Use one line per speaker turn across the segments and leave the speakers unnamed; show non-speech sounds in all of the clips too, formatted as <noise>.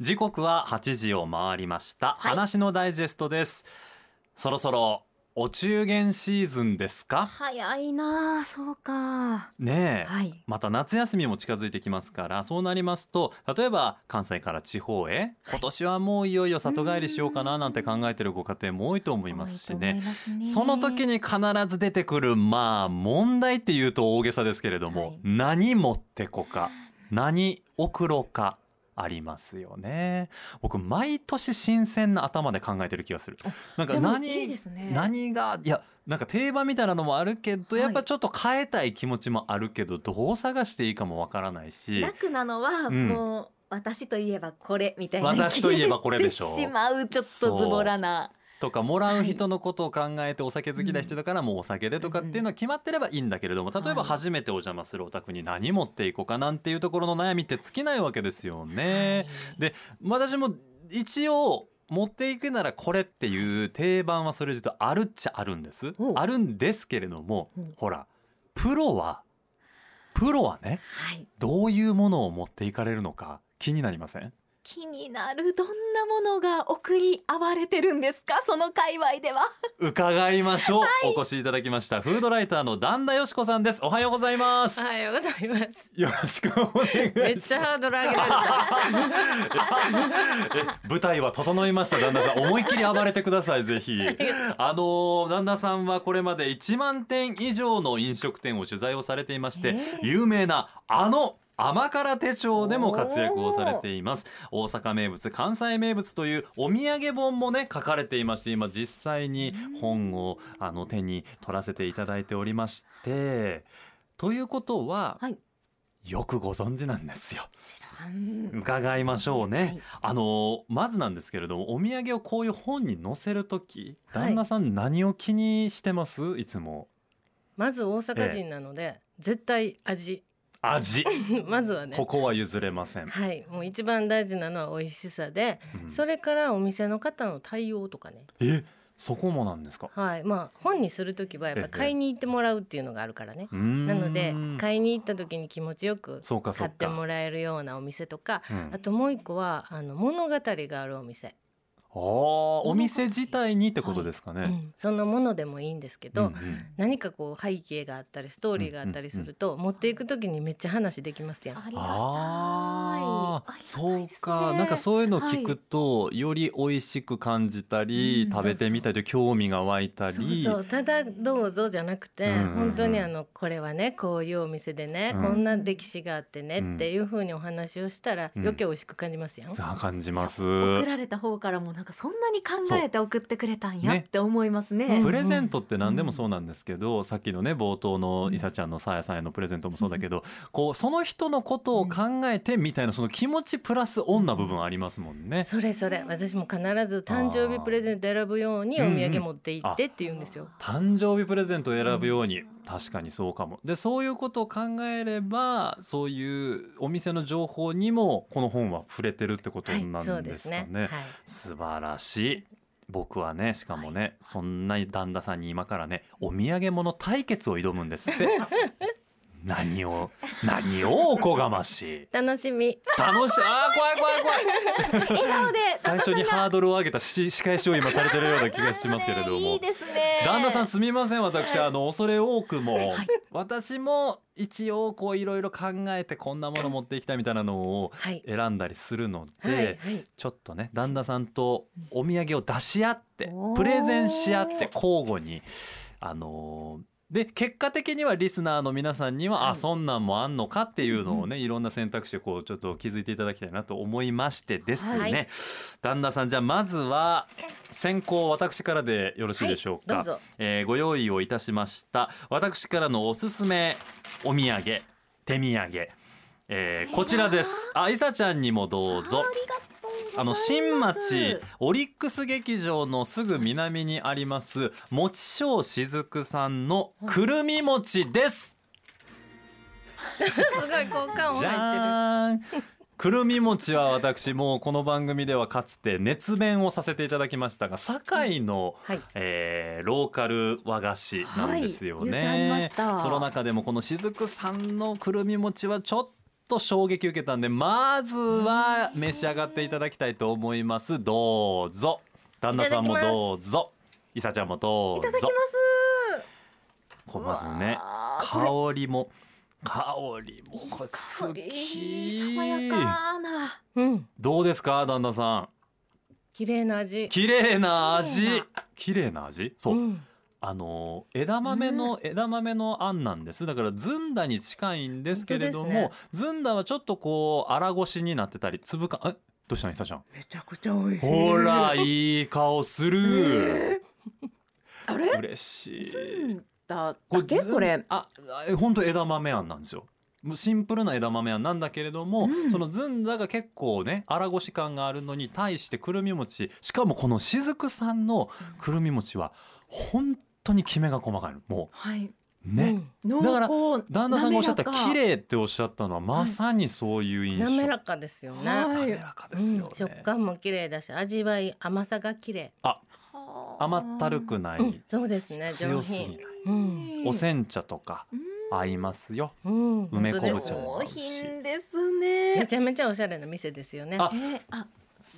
時刻は8時を回りました、
はい
話のダイジェストですそろそろお中元シーズンですか
早いなあそうか
ねえ、
はい
また夏休みも近づいてきますからそうなりますと例えば関西から地方へ今年はもういよいよ里帰りしようかななんて考えてるご家庭も多いと思いますしね
多いと思いますね
その時に必ず出てくるまあ問題っていうと大げさですけれども、
はい
何持ってこか何送ろうかありますよね僕毎年新鮮な頭で考えてる気がするなんか
でも
何
いいですね
何がいやなんか定番みたいなのもあるけど、
はい
やっぱちょっと変えたい気持ちもあるけどどう探していいかもわからないし
楽なのは
うん
もう、私といえばこれみたいな
私といえばこれでしょ
決めてしまうちょっとズボラな
とかもらう人のことを考えてお酒好きな人だからもうお酒でとかっていうのは決まってればいいんだけれども
うんうん
例えば初めてお邪魔するお宅に何持っていこうかなんていうところの悩みって尽きないわけですよね。で私も一応持っていくならこれっていう定番はそれで言うとあるっちゃあるんです
おう
あるんですけれども
うん
ほらプロはプロはね
はい
どういうものを持っていかれるのか気になりません
気になるどんなものが送り合われてるんですかその界隈では
伺いましょう、お越しいただきましたフードライターの段田よし子さんですおはようございます、
おはようございます。
よろしくお願いします
めっちゃハードル上げられ
<laughs> え <laughs> 舞台は整いました旦那さん思いっきり暴れてくださいぜひあのー旦那さんはこれまで1万店以上の飲食店を取材をされていまして、
ええ
有名なあの甘辛手帳でも活躍をされています大阪名物関西名物というお土産本もね書かれていまして今実際に本をあの手に取らせていただいておりましてということは、
はい
よくご存知なんですよ
知らん
伺いましょうね、
はい
あのまずなんですけれどもお土産をこういう本に載せるとき
はい
旦那さん何を気にしてますいつも
まず大阪人なので、絶対味。
味
まずはね。
ここは譲れません、
はい、もう一番大事なのは美味しさで、
うん
それからお店の方の対応とかね。
えそこもなんですか
はい、まあ本にする時はやっ
え
ぱ
え
買いに行ってもらうっていうのがあるからね。
な
なので買いに行った時に気持ちよく
そうかそ
買
う
って
か
もらえるようなお店とか、
うん
あともう一個はあの物語があるお店、
あーお店自体にってことですか
う
ね、
んそのものでもいいんですけ
う
ど、
んうん
何かこう背景があったりストーリーがあったりすると、持っていくときにめっちゃ話できますやん。
ありがたい
ああ
ありがたいですね
そうかなんかそういうの聞くと、より美味しく感じたり、
うん
食べてみたりと興味が湧いたり
そうそうただどうぞじゃなく
う
て、
んうんうん
本当にあのこれはねこういうお店でね、
うん
こんな歴史があってね、
うん
っていうふうにお話をしたら、
うん
余計美味しく感じますやん。
あ感じます
送られた方からもなんかそんなに考えて送ってくれたん
そう
や
ね
って思いますね
プレゼントって何でもそうなんですけど、さっきのね冒頭のいさちゃんのさあやさんへのプレゼントもそうだけど、こうその人のことを考えてみたいなその気持ちプラスオンな部分ありますもんね。
<laughs> それそれ私も必ず誕生日プレゼント選ぶようにお土産持って行ってって言うんですよ。
誕生日プレゼントを選ぶように、確かにそうかも。でそういうことを考えればそういうお店の情報にもこの本は触れてるってこと
はい
な
そうんで
です
す
か
ね
ね。。
はい、
素晴らしい僕はねしかもね、そんな旦那さんに今からねお土産物対決を挑むんです
<laughs>
って何を何をおこがましい
楽しみ。
楽しいあー怖い怖い怖い
<laughs> 笑顔で
最初にハードルを上げたし仕返しを今されてるような気がしますけれど
い
も
いですね
旦那さんすみません私あの恐れ多くも
はい
私も一応こういろいろ考えてこんなもの持っていきたいみたいなのを
はい。
選んだりするので、
はい。はい。
ちょっとね旦那さんとお土産を出し合って
おー
プレゼンし合って交互にあのーで結果的にはリスナーの皆さんには、
は
あ
い
そんなんもあんのかっていうのをね、いろんな選択肢をこうちょっと気づいていただきたいなと思いましてですね、
はい
旦那さんじゃあまずは先行私からでよろしいでしょうか、
はいどうぞ <laughs>
えーご用意をいたしました私からのおすすめお土産手土産、えーこちらですあいさちゃんにもどうぞ
ありがとうございます
あの新町オリックス劇場のすぐ南にありますもちしょうしずくさんのくるみ餅です。
すごい好感音
じ
入っ
ゃ
<laughs>
ーん。くるみ餅は私もうこの番組ではかつて熱弁をさせていただきましたが堺の、
てる。はい。
えーローカル和菓子なんですよね。
はい言ってありました
その中でもこのしずくさんのくるみ餅はちょっと衝撃受けたんでまずは召し上がっていただきたいと思いますどうぞ旦那さんも
いただきます
どうぞいさちゃんもどうぞ
いただきます
こうまずね
うわー
香りも香りもこれ好
い
き
い爽やかな
うん
どうですか旦那さん
綺麗な味
綺麗な味
綺麗な
綺麗な味そう、
ん、
あのー枝豆の、枝豆の餡なんですだからずんだに近いんですけれども、
本当で
ずんだはちょっとこう荒ごしになってたり粒感えどうしたのひさちゃん
めちゃくちゃ美味しい
ほらいい顔する、
あれ
嬉しい
ずんだだけ
ずん
これ
ああえ本当枝豆あんなんですよもうシンプルな枝豆あんなんだけれども、
うん
そのずんだが結構ね荒ごし感があるのに対してくるみ餅しかもこのしずくさんのくるみ餅は本当にきめが細かいのも
はい、
うね、
濃
だから
厚
旦那さんがおっしゃった
滑らか
綺麗っておっしゃったのはまさにそういう
う
印
ん
象、
滑らかですよね、
はい
滑らかですよね
うん、、食感も綺麗だし味わい甘さが綺麗、
はあ
甘ったるくない、
うん、そうですね上
強すぎない
品うん、
お煎茶とか合いますよ
うん、
梅
本当
昆
で
布
す
茶も
上品ですね
めちゃめちゃおしゃれな店ですよね
あ
えーあ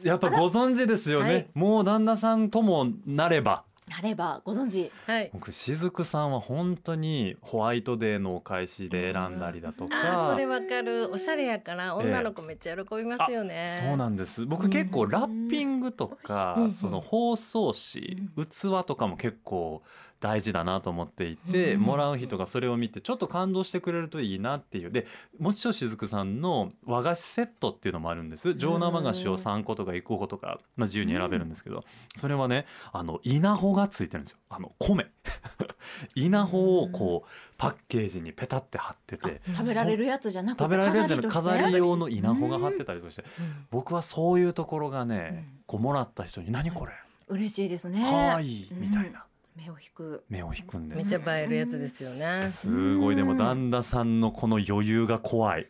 やっぱご存知ですよね、
はい
もう旦那さんともなれば
なればご存知
はい
僕雫さんは本当にホワイトデーのお返しで選んだりだと
あー
か、
それわかるおしゃれやから女の子めっちゃ喜びますよね、
そうなんです僕結構ラッピングとか、
うん
その包装紙、器とかも結構大事だなと思っていて、
うん
もらう人がそれを見てちょっと感動してくれるといいなっていうでもちろん雫さんの和菓子セットっていうのもあるんです上生菓子を3個とか1個とか、まあ、自由に選べるんですけど、それはねあの稲穂がついてるんですよあの米 <laughs> 稲穂をこうパッケージにペタって貼ってて
食べられるやつじゃなくて
食べられるやつじゃない
飾りと
飾
して
り用の稲穂が貼ってたりとかして
うん
僕はそういうところがね、
うん
こうもらった人に「何これ
嬉しいですね
かわいい」みたいな
目を引く
目を引くんで
めっ
す
ち。ゃ映えるやつですよね
すごいでも旦那さんのこの余裕が怖い。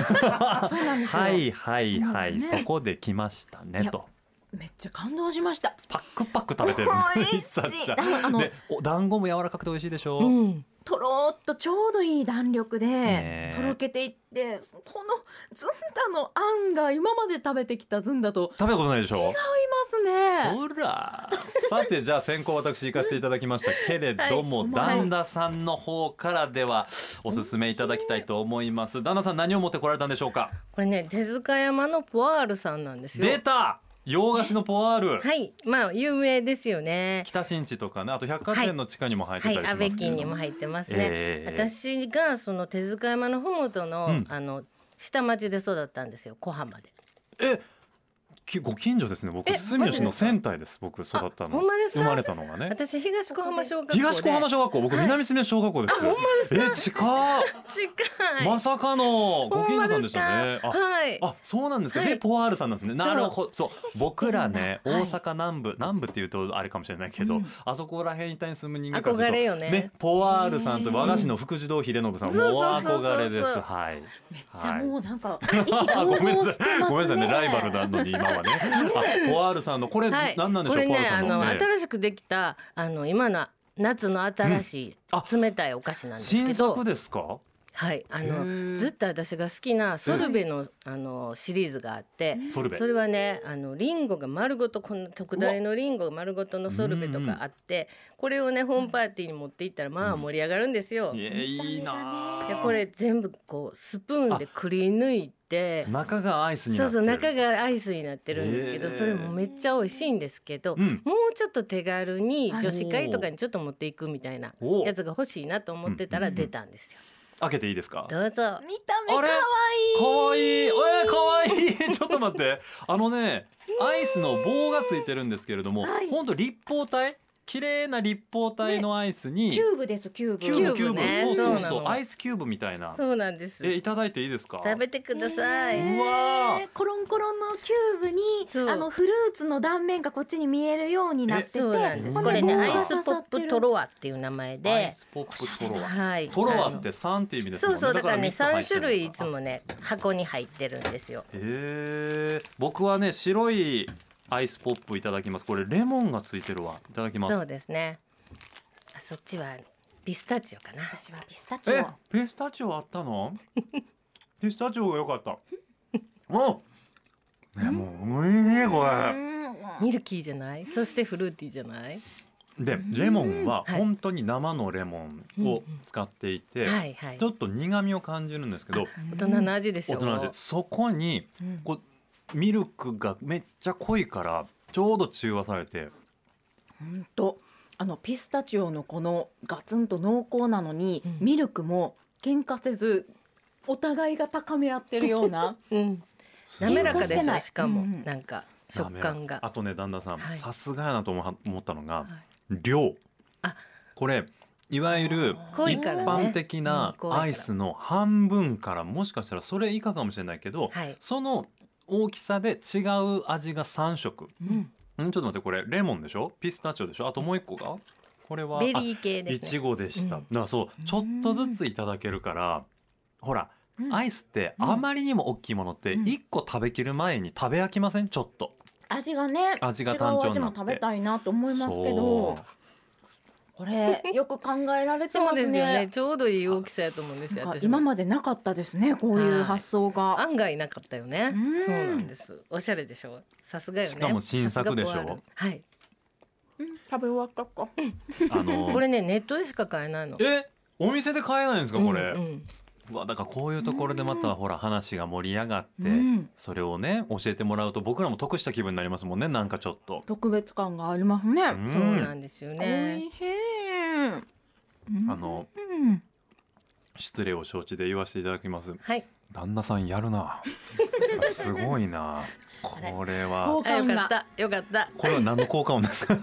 あそうなんですよ、
はいはいはい、
そうだね
そこで来ましたね
いや
と。
めっちゃ感動しました
パックパック食べてる。
美味し
<laughs> さっちゃ
い
ん
だあの、
でお団子も柔らかくて美味しいでしょ。
うん、
とろーっとちょうどいい弾力で、
ねえ
とろけていってこのずんだのあんが今まで食べてきたずんだと
食べたことないでしょ。
合いますね
ほら。さてじゃあ先行私行かせていただきましたけれども、
はい
旦那さんの方からではおすすめいただきたいと思います。旦那さん何を持ってこられたんでしょうか。
これね手塚山のポワールさんなんですよ
出た洋菓子のポワール、
はいまあ有名ですよね
北新地とかねあと百貨店の地下にも入って
は
た
い
りし
安
ま
倍
すけれど
金に
も、
も入ってますね、
ええ
私がその手塚山の麓の、
うん
あの下町で育ったんですよ小浜で
えきご近所ですね僕
え
住吉の
マジですか
仙台です僕育った
あほ
の
んまですか
生まれたのがね
私東小浜小学校で
東小浜小学校僕
はい
南住吉小学校ですよ、え近っ、
近い
まさかのご近所さんでしたね
ほんまですか
あ
はい
あそうなんですか、
はい
でポワールさんなんですね
そう
なるほどそう僕らね
はい
大阪南部、南部っていうとあれかもしれないけど、
うん
あそこら辺に住む人間からすると
憧れよね
ポワールさんと和菓子の福次堂秀信さん、
うん
もう憧れで
そうそうそう
す
そう
はい
めっちゃもうなんか、意気
あ
投
<laughs> ごめん
合
な
して
さい、
ま
ご
すね
めんなさいね、ライバルなのに今はね。あ、ポアールさんのこれ、
はい、
何なんでしょ
こ
う、ポ
れ
アー
ね
ルさ
あ
ん
の
の。ええ
新しくできたあの今の夏の新し
うんあ
い冷たいお菓子なんですけ
新
ど、
作ですか。
はいあ
へ
の
ー
ずっと私が好きなソルベの、あのシリーズがあって。
ソルベ
そ。れはねあのリンゴが丸ごとこの特大のリンゴが丸ごとのソルベとかあってこれをねホームパーティーに持っていったらまあ盛り上がるんですよ。
い
で
え、いいなあ。
これ全部こうスプーンでくり抜いて
中がアイスに
そ
な
う
って
そう
る。
中。がアイスになってるんですけど
へえ
それもめっちゃ美味しいんですけど
う。ん。
もうちょっと手軽に
はい
女子会とかにちょっと持っていくみたいな
お
やつが欲しいなと思ってたら
うん
出たんですよ。
開けていいですか。
どうぞ。
見た目可
あれ
愛い
可愛いい、えー、可愛いい、 <laughs> ちょっと待って、あのね、アイスの棒がついてるんですけれども
はい、
本当立方体。綺麗な立方体のアイスに。
キューブですキューブ
キューブ、
キ
キ
ュ
ュ
ーブね
ーブ、そうそう
そう
そ
な
う、
の
アイスキューブみたいな。
そうなんです。
え、
食
いただいていいですか。
べてください。
えー
うわー
コロンコロンのキューブ
そう
にあのフルーツの断面がこっちに見えるようになってて
そうなんです。
え
これね
こん
棒
な
が
アイスポップトロワっていう名前
アイ
で、
スポップトロワ。
はい。
トロワって三っていう意味ですもん
そう
ね。
そうだからね三種類いつ。
三入ってるのか
もね箱に入ってるんですよ。
へえ。僕はね白いアイスポップいただきます。これレモンがついてるわ。いただきま
そう
す。
ですね。あそっちはピスタチオかな。
私はピスタチオ
え、ピスタチオあったの？ <laughs> ピスタチオが良かった。 <laughs> お、ね、もう美味しいこれ。
ミルキーじゃないそしてフルーティーじゃない
でレモンは
はい
本当に生のレモンを使っていて、
はいはい
ちょっと苦みを感じるんですけど、
大人の味でし
大
ょ
人の味。そこにこうミルクがめっちゃ濃いからちょうど中和されて、
本当あのピスタチオのこのガツンと濃厚なのに、
うん
ミルクも喧嘩せずお互いが高め合ってるような
うん
すごい
滑らか
す
で
ごい
しょしかも
うんうん
なんか食感が
あとね旦那さん
はい
さすがやなと思は思ったのが
はい
量
あ
これいわゆる
濃
一
いからね
般的な
うん濃いから
アイスの半分からもしかしたらそれ以下かもしれないけど
はい
その大きさで違う味が3色んち
うん
ょっと待ってこれレモンでしょピスタチオでしょあともう一個がこれは
ベ
あ
リー系
い
です
ち
ね
ごでした、
うん
だからそうちょっとずついただけるからほらアイスってあまりにも大きいものって
うん
1個食べきる前に食べ飽きませんちょっと
味がね
味が単調になって
違う味も食べたいなと思いますけ
そ
ど
う
こ
<laughs>
れよく考えられて
そ
ま
うですすよね
ね
ちょうどいい大きさやと思うんですよ
なんか
私
今
も
までなかったですねこういう発想が、
案外なかったよね
うん
そうなんですおしゃれでしょさすがよね
しかも新作でしょ
さすがポワールはい
うん食べ終わったか
あの
<laughs> これねネットでしか買えないの
えお店で買えないんですかこれ、う
うんうん
わだからこういうところでまたほら話が盛り上がって、
うん
それをね教えてもらうと僕らも得した気分になりますもんねなんかちょっと。
特別感がありますね、
うん
そうなんですよ
おい
ね
しいうん
あの
うん
失礼を承知で言わせていただきます
はい
旦那さんやるなすごいなこれは
好
あ
感
よかっ
が
たよかった
これは何の効果音ですか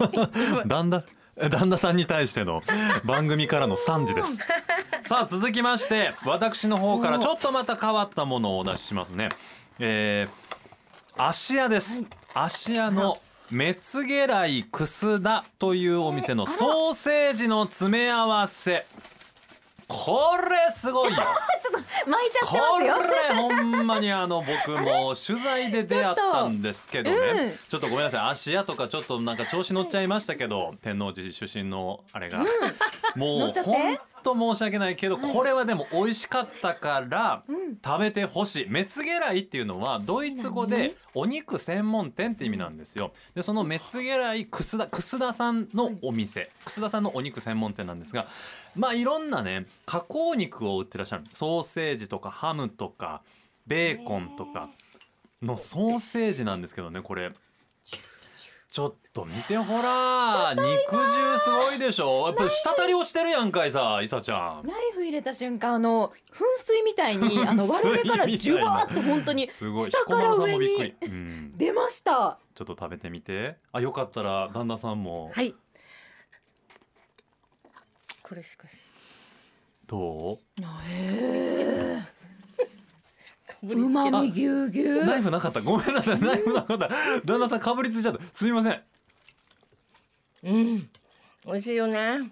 旦那旦那さんに対しての番組からの賛辞ですさあ続きまして私の方からちょっとまた変わったものをお出ししますねえー、芦屋です、芦屋のメツゲライクスダというお店のソーセージの詰め合わせこれすごいよ
巻いちゃっ
こ
てます
れ
よ
ほんまにあの僕も取材で出会ったんですけどね
ちょっとうん
ちょっとごめんなさい芦屋とかちょっとなんか調子乗っちゃいましたけど天王寺出身のあれが、も
乗っ
う
ちゃって
ほんと申し訳ないけどこれはでも美味しかったから食べてほしいメツゲライっていうのはドイツ語でお肉専門店って意味なんですよでそのメツゲライ楠田楠田さんのお店楠田さんのお肉専門店なんですがまあいろんなね加工肉を売ってらっしゃるソーセージとかハムとかベーコンとかのソーセージなんですけどねこれちょっと見てほら肉汁すごいでしょやっぱ滴り落ちてるやんかいさいさちゃん
ナイフ入れた瞬間あの噴水みたいにあの
噴水
割れ目からジュワーっと本当に
すごい
下から
彦摩呂さん
上
もびっく
に
り、うん、
出ました
ちょっと食べてみてあよかったら旦那さんも
はいこれしかし
ど
へ
ぶ
う
りつけた
まみぎゅうぎゅ
うナイ
う
フなかったごめんなさいナイフなかった旦那さんかぶりついちゃったすいません
うん美味しいよね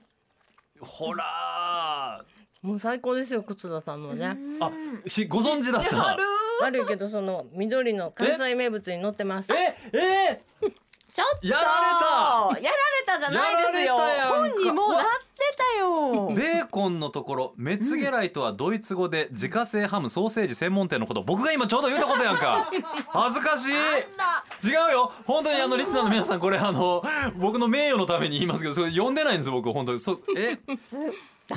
ほら
もう最高ですよ靴田さんのね
あしご存知だった
る
悪いけどその緑の関西名物に乗ってます
ええ
ちょっと
やら
れたやられたじゃないですよ
やられたやんか
本にもうなってたよ
ベーコンのところメツゲライとはドイツ語で自家製ハムソーセージ専門店のこと僕が今ちょうど言ったことやん <laughs> か恥ずかしい
あ
違うよ本当にあのリスナーの皆さんこれあの僕の名誉のために言いますけどそれ読んでないんです僕本当にそえ
らす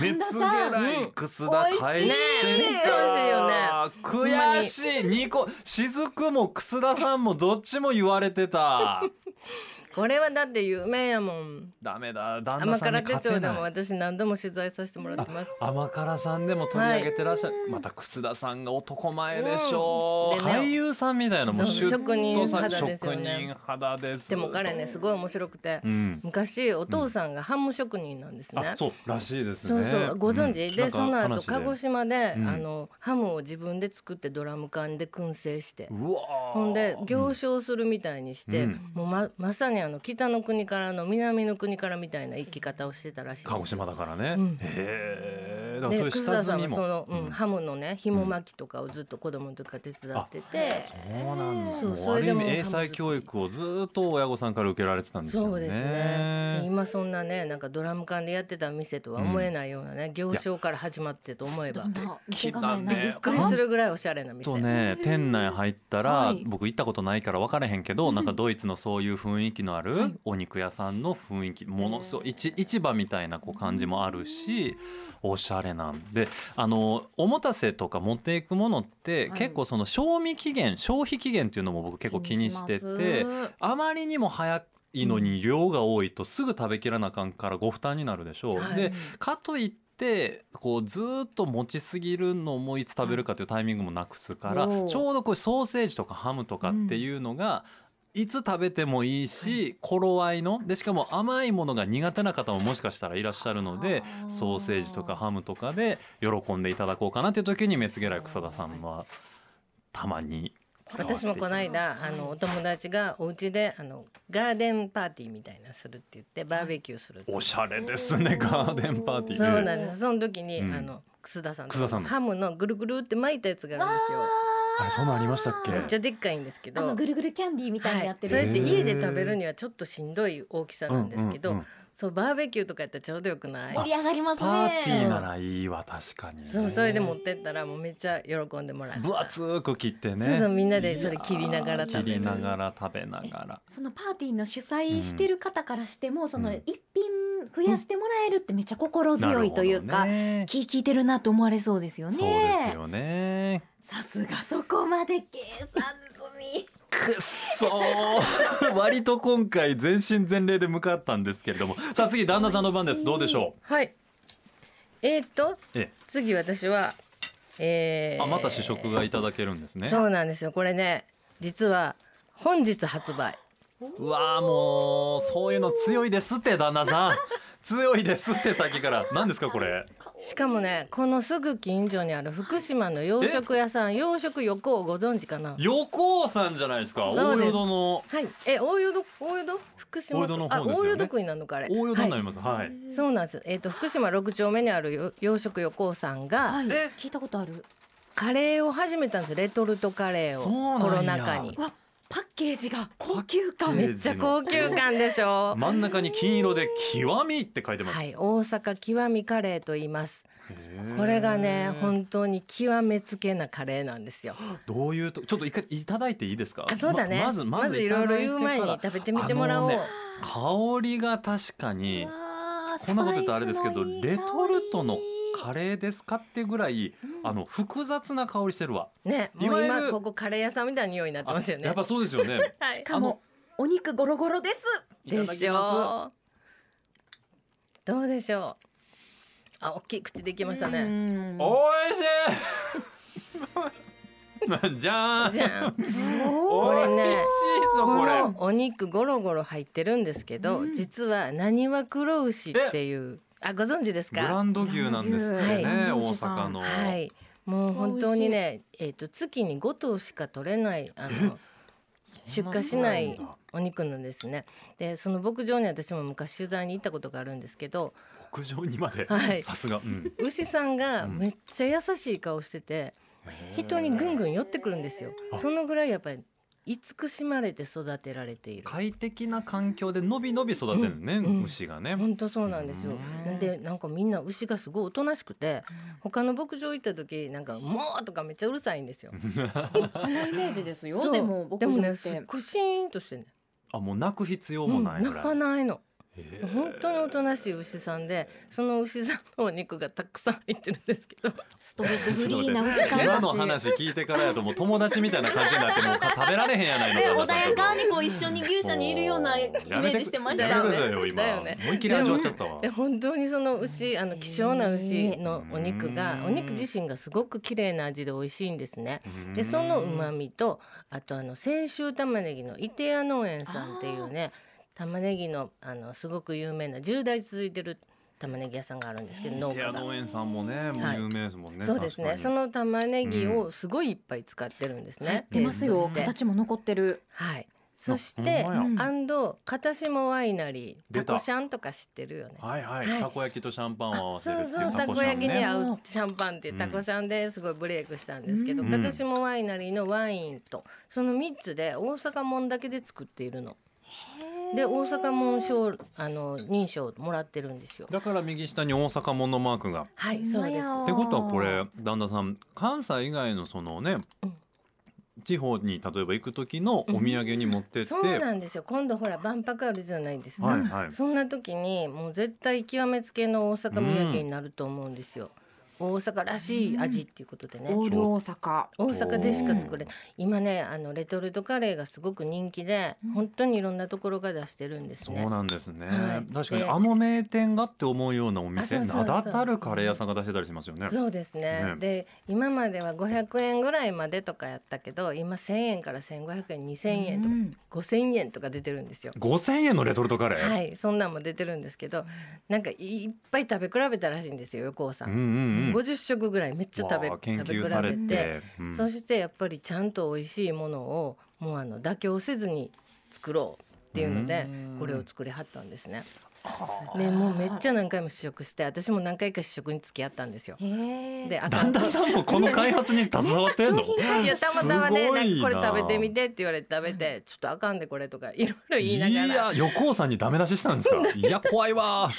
メ
旦那
ツゲ
さん
ライクスだ
う
帰って
ん
美味しい
美味し
ね
いよね悔しい二個しずくもくすださんもどっちも言われてた
これはだって有名やもん
ダメだ旦那
甘
さんに
辛手
勝て
帳で
ない
も私何度も取材させてもらってます
甘辛さんでも取り上げてらっしゃる、また楠田さんが男前でしょう、
うんでね
俳優さんみたいなもう
そう
シュッ
職人
とさ
肌ですよ
職人
ね
肌です
でも彼ねすごい面白くて
うん、
昔お父さんがハム職人なんですね
あそうらしいです
そう
ね
そうご存知
うんな
で
んか
その後
話で
鹿児島で
うん
あのハムを自分で作ってドラム缶で燻製して
うわー
ほんで行商するみたいにして、
うん
もうままさにあの北の国からの南の国からみたいな生き方をしてたらしいです
鹿児島だからね、
うん
へえだからそういう
で
下
草さ
積
ん
み
はそ
も。
の、うん
うん
ハムのね紐巻きとかをずっと子供の時から手伝ってて、
そうなんだ。
そう
もう
そ
あ
れ
る
で
意
も
味英才教育をずっと親御さんから受けられてたんですよね。
そうですね今そんなねなんかドラム缶でやってた店とは思えないようなね、業種から始まってと思えば
どん
びっ
な店構えなんです
く
か
りするぐらいおしゃれな店
とね店内入ったら、
はい
僕行ったことないから分からへんけど、なんかドイツのそういう雰囲気のあるお肉屋さんの雰囲気ものすごい市市場みたいなこう感じもあるしおしゃれなんであのおもたせとか持っていくものって、
はい
結構その賞味期限消費期限っていうのも僕結構気にしててあまりにも早いのに量が多いとすぐ食べきらなあかんからご負担になるでしょう。
はい
でかといってこうずーっと持ちすぎるのもいつ食べるかというタイミングもなくすから、
おー
ちょうどこうソーセージとかハムとかっていうのが、いつ食べてもいいし、頃合いのでしかも甘いものが苦手な方ももしかしたらいらっしゃるので
あー
ソーセージとかハムとかで喜んでいただこうかなという時にメツゲライ草田さんはたまに使わせてい
私もこの間あのお友達がお家であのガーデンパーティーみたいなするって言ってバーベキューするって
おしゃれですねガーデンパーティー
そ
ね
うなんですその時に、
うん
あの楠田さんと
楠田さんの
ハムのぐるぐるって巻いたやつがあるんですよ
あれそんなんありましたっけ
めっちゃでっかいんですけ
あ
ど
のぐるぐるキャンディーみたいにやって
はい、
る
へ
そう
ー
やって家で食べるにはちょっとしんどい大きさなんですけど、
うんうんうん
そうバーベキューとかやったらちょうどよくない
盛り上がりますね
パーティーならいいわ確かにね
そうそれで持ってったらもうめっちゃ喜んでもらってた
分厚く切ってね
そうそうみんなでそれ切りながら食べる
切りながら食べながら
そのパーティーの主催してる方からしても、その一品増やしてもらえるってめっちゃ心
なる
強
ほ
い
ど
というか、
ね
気聞いてるなと思われそうですよね。
そうですよね
さすがそこまで計算済み。
くっそー
<laughs>
割と今回全身全霊で向かったんですけれどもさあ次旦那さんの番ですどうでしょ
はいえっ、と
うえ
次私はえ
え
ー、
あまた試食がいただけるんですね
そうなんですよこれね実は本日発売
うわーもうそういうの強いですって旦那
<laughs>
さん強いですって先から何ですかこれ
しかもねこのすぐ近所にある福島の洋食屋さん洋食横をご存知かな
横尾さんじゃないですか
そ
大
うです
淀の
はいえ大淀大淀福島
大淀の方ですよね
あ大淀区になるのかあれ
大淀になり
は
ますはい
い、そうなんですえっ、と福島六丁目にあるよ洋食横尾さんが、
はい
え、
聞いたことある。
カレーを始めたんですレトルトカレー
そうなん
を
や
コロナ禍に
うわ、パッケージが高級
パッ
感。
ケー
め
ジ
っちゃ高級感でしょ
真ん中に金色で「極み」って書いてます、
はい大阪極みカレーと言います
へー
これがね本当に極めつけなカレーなんですよ
どういうとちょっと一回いただいていいですか
あそうだね
ままずまず
い
い
ろ
た
いろ
だいて
言う前に
から
食べてみてもらおう、
あのね香りが確かにこ
こ
んなこと言ったらあれですけどレトルトのカレーですかってぐらいあの複雑な香りしてるわ
ねもう
いわゆ
今
る
ここカレー屋さんみたいな匂いになって
あ
ますよね
やっぱそうですよ
<laughs>
ね
はい
しかもお肉ゴロゴロです。
いただ
で
きます
しょうどうでしょうあ大きい口できましたね
ね
おいし
<laughs>
いじゃーん
じゃん
お
こ
いし
れ
い
ね
ぞ
こ
これ
のお肉ゴロゴロ入ってるんですけど、
うん
実はなにわ黒牛っていうあご存知です
ブ
か
ランド牛なんですって
ブ
ね
ランド
大
牛さん
阪の、
はい、もう本当にね、えっ、と月に5頭しか取れないあの
そ
出
んな
荷しな
そう
い
んだ
お肉なんですね。で、その牧場に私も昔取材に行ったことがあるんですけど、
屋上にまで、
はい
さすが、うん
牛さんが
うん
めっちゃ優しい顔してて、人にぐんぐん寄ってくるんですよ
あ。
そのぐらいやっぱり慈しまれて育てられている。
快適な環境でのびのび育てるのね、
うん
牛がね、
本当そうなんですよ
うん。
なんでなんかみんな牛がすごいおとなしくて、他の牧場行った時なんかもうとかめっちゃうるさいんですよ。
そのイメージです
そ
よ。
う
でも僕
でも
も
ね
っ。
すってごいシーンとしてね。
あもう泣く必要もないぐ
うん
らい、
泣かないの
へー
本当におとなしい牛さんでその牛さんのお肉がたくさん入ってるんですけど
ストレスフ
ちょっ
リ
と
ーな
待っ
お時
て今
間
の
たち。
話聞いてからやともう友達みたいな感じになってもう食べられへんやないの
ね
かな
穏やかにこう一緒に牛舎にいるようなイメ
やめ
ージしてました
や
よ
めてくだ
ね。
さいよ今
だよね
思いっきり味わっちゃったわ
で本当にその牛あの希少な牛のお肉
う
が
ん
お肉自身がすごく綺麗な味で美味しいんですね。
う
で
ん
その旨味とあとあの泉州玉ねぎの伊手屋農園さんっていうね玉ねぎのあのすごく有名な10代続いてる玉ねぎ屋さんがあるんですけど農
いや
家が。
農園さんもねもう有名ですもんね、
そうですね
確か
そ
に
の玉ねぎをすごいいっぱい使ってるんですね。
出ますよ
ペーストして
形も残ってる。
はい。そして
ほんまや
うん
アンド片下ワイナリー
出
タ
た
コシャンとか知ってるよね。
はいはい、
はい
たこ焼きとシャンパンを合わせる
そ
っ
う
てい
そううた
たこ
こ
シャ
焼
ン
きに
ね。
合うシャンパンって
うん
タコシャンですごいブレイクしたんですけど、
うん
私もワイナリーのワインとその3つで大阪もんだけで作っているので大阪もん賞あの認証もらってるんですよ
だから右下に大阪門のマークが。
は
ほ
い
ん
そう
ま
で
や
す
ってことはこれ旦那さん関西以外のそのね、
うん
地方に例えば行く時のお土産に持ってって、
そうなんですよ今度ほら万博あるじゃないですか、
はいはい
そんな時にもう絶対極めつけの大阪土産になると思うんですよ、大阪らしい味っていうことでね、
オール大阪
大阪でしか作れない今ねあのレトルトカレーがすごく人気で、本当にいろんなところが出してるんです
そう
ね
なんですね、
はい
確かに
で
あの名店がって思うようなお店
あそうそうそう
名だたるカレー屋さんが出してたりしますよね。
そうですね
ね
で今までは500円ぐらいまでとかやったけど今1,000円から1,500円2,000円とか、
うん
5,000円とか出てるんですよ。
5000円のレトルトカレー、
はいそんなんも出てるんですけどなんかいっぱい食べ比べたらしいんですよ横尾さ
うん
ん。
うんうん、
50食ぐらいめっちゃ食べ
わあ研
食べ
究
比
され
べ
て
て、
うん
そしてやっぱりちゃんと美味しいものをもうあの妥協せずに作ろうっていうので
うん
これを作りはったんですね。
さすが
でもうめっちゃ何回も試食して私も何回か試食に付き合ったんですよ。
へー
であか
旦
ん
那さんもこの開発に携わってんの
いやたまたますね
ご
ないん
な
かこれ食べてみてって言われて食べてちょっとあかんでこれとかいろいろ言いながら
や横尾さんにダメ出ししたんですかいや怖いわ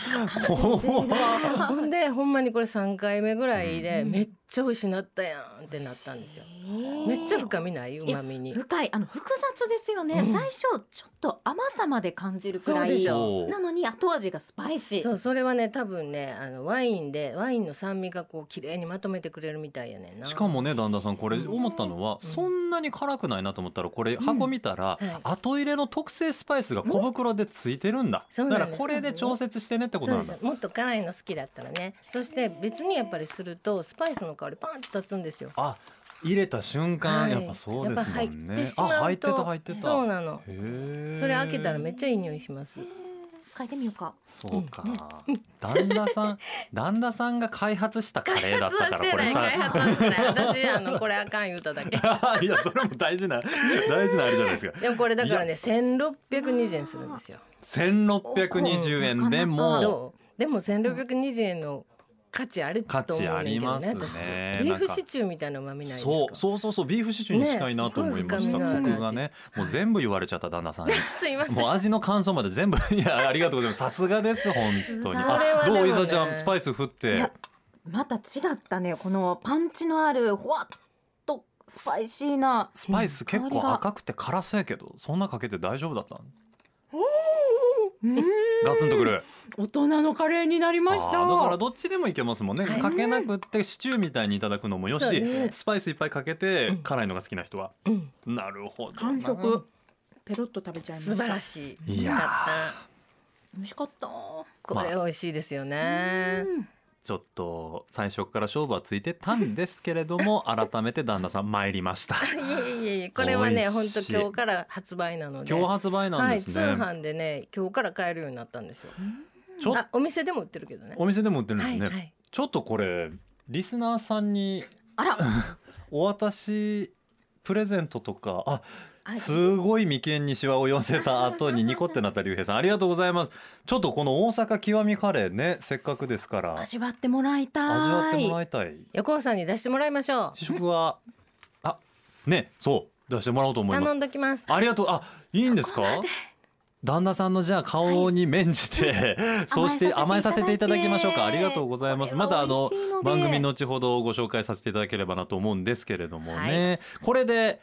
怖い
ほんでほんまにこれ3回目ぐらいで
うん
めっちゃ美味しなったやんってなったんですよ。めっちゃ深みないうまみに。
深いあの複雑ですよね、
うん
最初ちょっと甘さまで感じるくら
そうで
い
しょ
そう
なのに後味がスパイシー
そうそれはね多分ねあのワインでワインの酸味がこう綺麗にまとめてくれるみたいやねんな。
しかもね旦那さんこれ思ったのは、そんなに辛くないなと思ったらこれ箱見たら、
うんはい
後入れの特製スパイスが小袋でついてるんだ、
そうな
だか
んです
らこれで調節してねってこと
そう
な
で
んだ
すもっと辛いの好きだったらねそして別にやっぱりするとスパイスの香りパンと立つんですよ。
あ入れた瞬間、
はい
やっぱそうですもん
やっぱ入って
ね
し
あ
まうと
入ってた入ってた
そうなの。
へえ
それ開けたらめっちゃいい匂いします。
書いてみようか
そうか、旦那さん旦那さんが開発したカレーだったからこれさ
<laughs> 開発はしてない開発はしてない私あのこれあかん言うただけ。
<laughs> いやそれも大事な大事なあれじゃないですか
でもこれだからね1620円するんですよ。
1620円でも
どうでも1620円の価値ある
価
と思う
値あ
ねん
り
けど
ま
ね
す
私
ね
ビー
なん
フ
か
シチューみたいなうまみないですか
そうそうそうそうビーフシチューに近いなと思いました、
ねすごい深みのある味
僕がねもう全部言われちゃった旦那さんに
<laughs> すいません
もう味の感想まで全部 <laughs> いやありがとうございますさすがです本当に
こ
れ
あ
はでもね
どういさちゃんスパイス振っ
い
て
やまた違ったねこのパンチのあるほわっとスパイシーな
スパイス結
香り
構
が
赤くて辛そうやけどそんなかけて大丈夫だったん
うん
ガツンとくる
大人のカレーになりまし
あ
た
ーだからどっちでもいけますもんね、
はい
かけなくってシチューみたいにいただくのもよ
そう
し、
ね
スパイスいっぱいかけて
うん
辛いのが好きな人は、
うん
なるほどな
完食ペロッと食べちゃいました
素晴らしい
いやー
よかった
美味しかった
これ美味しいですよ
う
ね、
ん
ちょっと最初から勝負はついてたんですけれども改めて旦那さん参りました
いえいえいえこれはね
美
本
味
当
しい
今日から発売なので
今日発売なん
は
で
い
す
通
ね、
販でね今日から買えるようになったんですよ
ちょ
あお店でも売ってるけどね
お店でも売ってるんで
は
す
い
ね、
はい
ちょっとこれリスナーさんに
あら
お渡しプレゼントとかあ
あ
すごい眉間にシワを寄せた後にニコってなった竜兵さんありがとうございますちょっとこの大阪極みカレーねせっかくですから味
味わってもらいたい
わってもらいたい
横尾さんに出してもらいましょ
試食はあねそう出してもらおうと
う
思いま
頼
す
んどきます
ありがとうあいいんですか旦那さんのじゃあ顔に免じて、そうして甘えさせていただきましょうかありがとうございます
こ
ま
れは
たあの
美味しいので
番組後ほどご紹介させていただければなと思うんですけれどもね、これで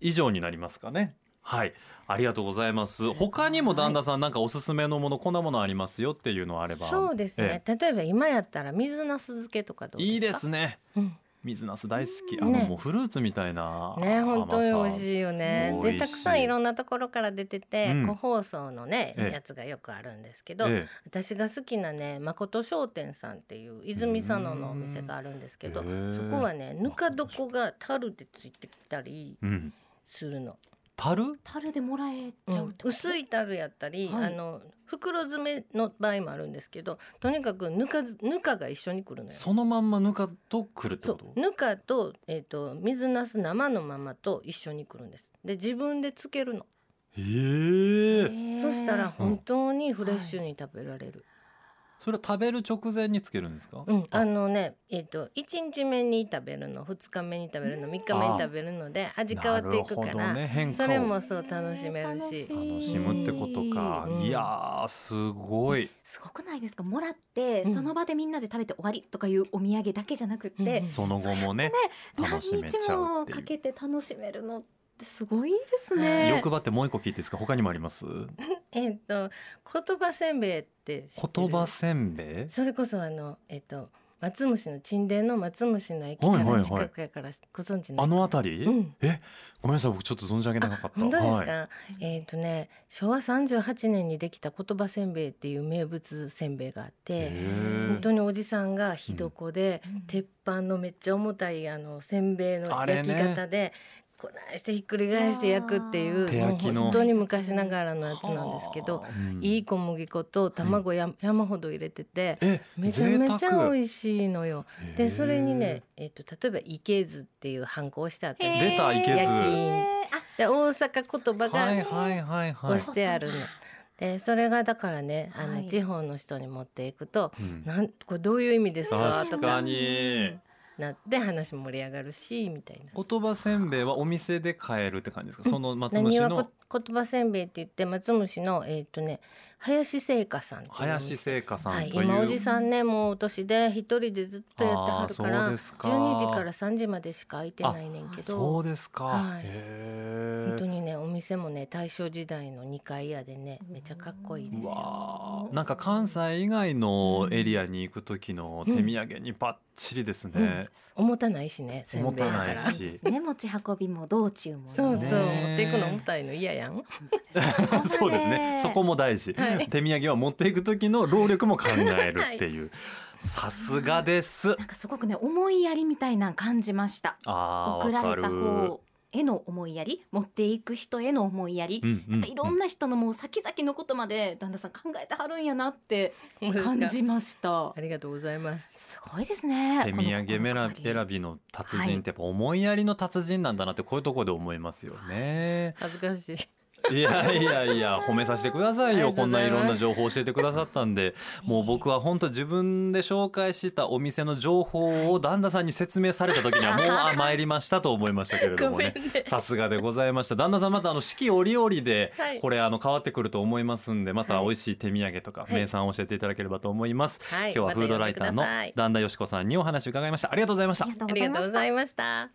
以上になりますかねはいありがとうございます他にも旦那さんなんかおすすめのものこんなものありますよっていうのあれば
そうですね
え、
例えば今やったら水なす漬けとかどう
えいいで
ですか
すね
うん
水なす大好き、
うん
あの
ね
もうフルーツみたいな
ね本当に美味
い
しいよね。
美味し
で
い
たくさんいろんなところから出てて、
うん
個包装のね
ええ
やつがよくあるんですけど、私が好きなね誠商店さんっていう泉佐野のお店があるんですけど、
へえ
そこはねぬか床が樽でついてきたり
うん
するの。
樽
樽でもらえ
うん
ちゃうってこと
薄い樽やったり、
はい
あの袋詰めの場合もあるんですけど、とにかくぬかずぬかが一緒に来るのよ。
そのまんまぬかとくるって
そ
こと
うぬかと,、えー、と水なす生のままと一緒にくるんですで自分でつけるの
ええ
そしたら本当にフレッシュに食べられる。
それは食べる直前につけるんですか、
うん、あのね、えっ、と一日目に食べるの、二日目に食べるの、三日目に食べるので味変わっていくか
なるほど
ら、
ね、変化を
それもそう楽しめる
楽
し
し。
楽しむってことか、
うん
いやーすごい
すごくないですかもらって、
うん
その場でみんなで食べて終わりとかいうお土産だけじゃなくって、
うんうん
その後もね
何
楽しめ
日
ちゃう
も
ってい
か
う
けて楽しめるのってすごいですね。
欲張ってもう一個聞いていいですか他にもあります
えっ、と言葉せんべいって知ってる
言葉せんべい
それこそあのえっ、と松虫の沈殿の松虫の駅か
はいはいは
ら
い
近くやからご存知ない。
あの辺り、
うん
ごめんなさい僕ちょっと存じ上げなかった
本当ですか、
はい、
えっ、とね昭和38年にできた言葉せんべいっていう名物せんべいがあって、
へ
本当におじさんがひどこで、
うん
鉄板のめっちゃ重たいあのせんべいの
あれ
焼き
ね
方で、こないしてひっくり返して焼くっていう
手焼きの
もう本当に昔ながらのやつなんですけど、
え、うん
いい小麦粉と卵や、山ほど入れてて
え
めちゃめち
贅
ゃ
沢
美味しいのよ。
へ
で
ー
それにね、えっと例えば「いけず」っていう反抗してあったり
へー出たいけず
焼きあ
で大阪言葉
はい
が
はいはいは
押
い
し、てあるの。でそれがだからねあ
は
の
い
地方の人に持っていくと
う
「
ん
なんこれどういう意味ですか?」と
確
か
かに
なって話も盛り上がるしみたいな。
言葉せんべいはお店で買えるって感じですか、
うん
その松
何
虫
は
の
こ言葉せんべいって言って松虫のえっ、とね林製菓さんっていうお店
林製菓さ
は
ん
い、
という、
今おじさんねもうお年で一人でずっとやってはるか
あーそう
ら
ですか
12時から3時までしか開いてないねんけ
そ
ど
うですか、
はい
へ
本当
え
にねお店もね大正時代の2階屋でねめちゃかっこいいです
う
よ。
わーなんか関西以外のエリアに行く時の手土産にバッチリですね、
重たないしねせん
重
べい
た
だか
ない
ら。
し
ね持ち運びも道中もね
そうそう、
ね
持っていくの重たいの嫌やん。
そうですね。そこも大事。
はい
手土産は持っていく時の労力も考えるっていう。さすがです。
なんかすごくね思いやりみたいなの感じました
ああ、
送ら
わかる
れた。方への思いやり持っていく人への思いやり、
うんうん
いろんな人のもう先々のことまで旦那さん考えてはるんやなって感じました
ありがとうございます。
すごいですね
手土産めら
この
選びの達人ってやっぱ思いやりの達人なんだなってこういうところで思いますよね。
恥ずかしい。
<laughs> いやいやいや褒めさせてくださいよ
ありがと
こ
うんござ
ない
います
いろんな情報を教えてくださったんでもう僕は本当自分で紹介したお店の情報を旦那さんに説明された時にはもうあ参りましたと思いましたけれど
ご
も
めん
ね
ね。
さすがでございました旦那さんまたあの四季折々で
はい
これあの変わってくると思いますんでまた
はい
美味しい手土産とか
はい
名産を教えていただければと思います、
はい
今日はフードライターの
また呼んでください
旦那よしこさんにお話伺いましたありがとうございました
ありがとう
あ
ご
り
ざい
が
ま
とう
し
ご
た
ざいました。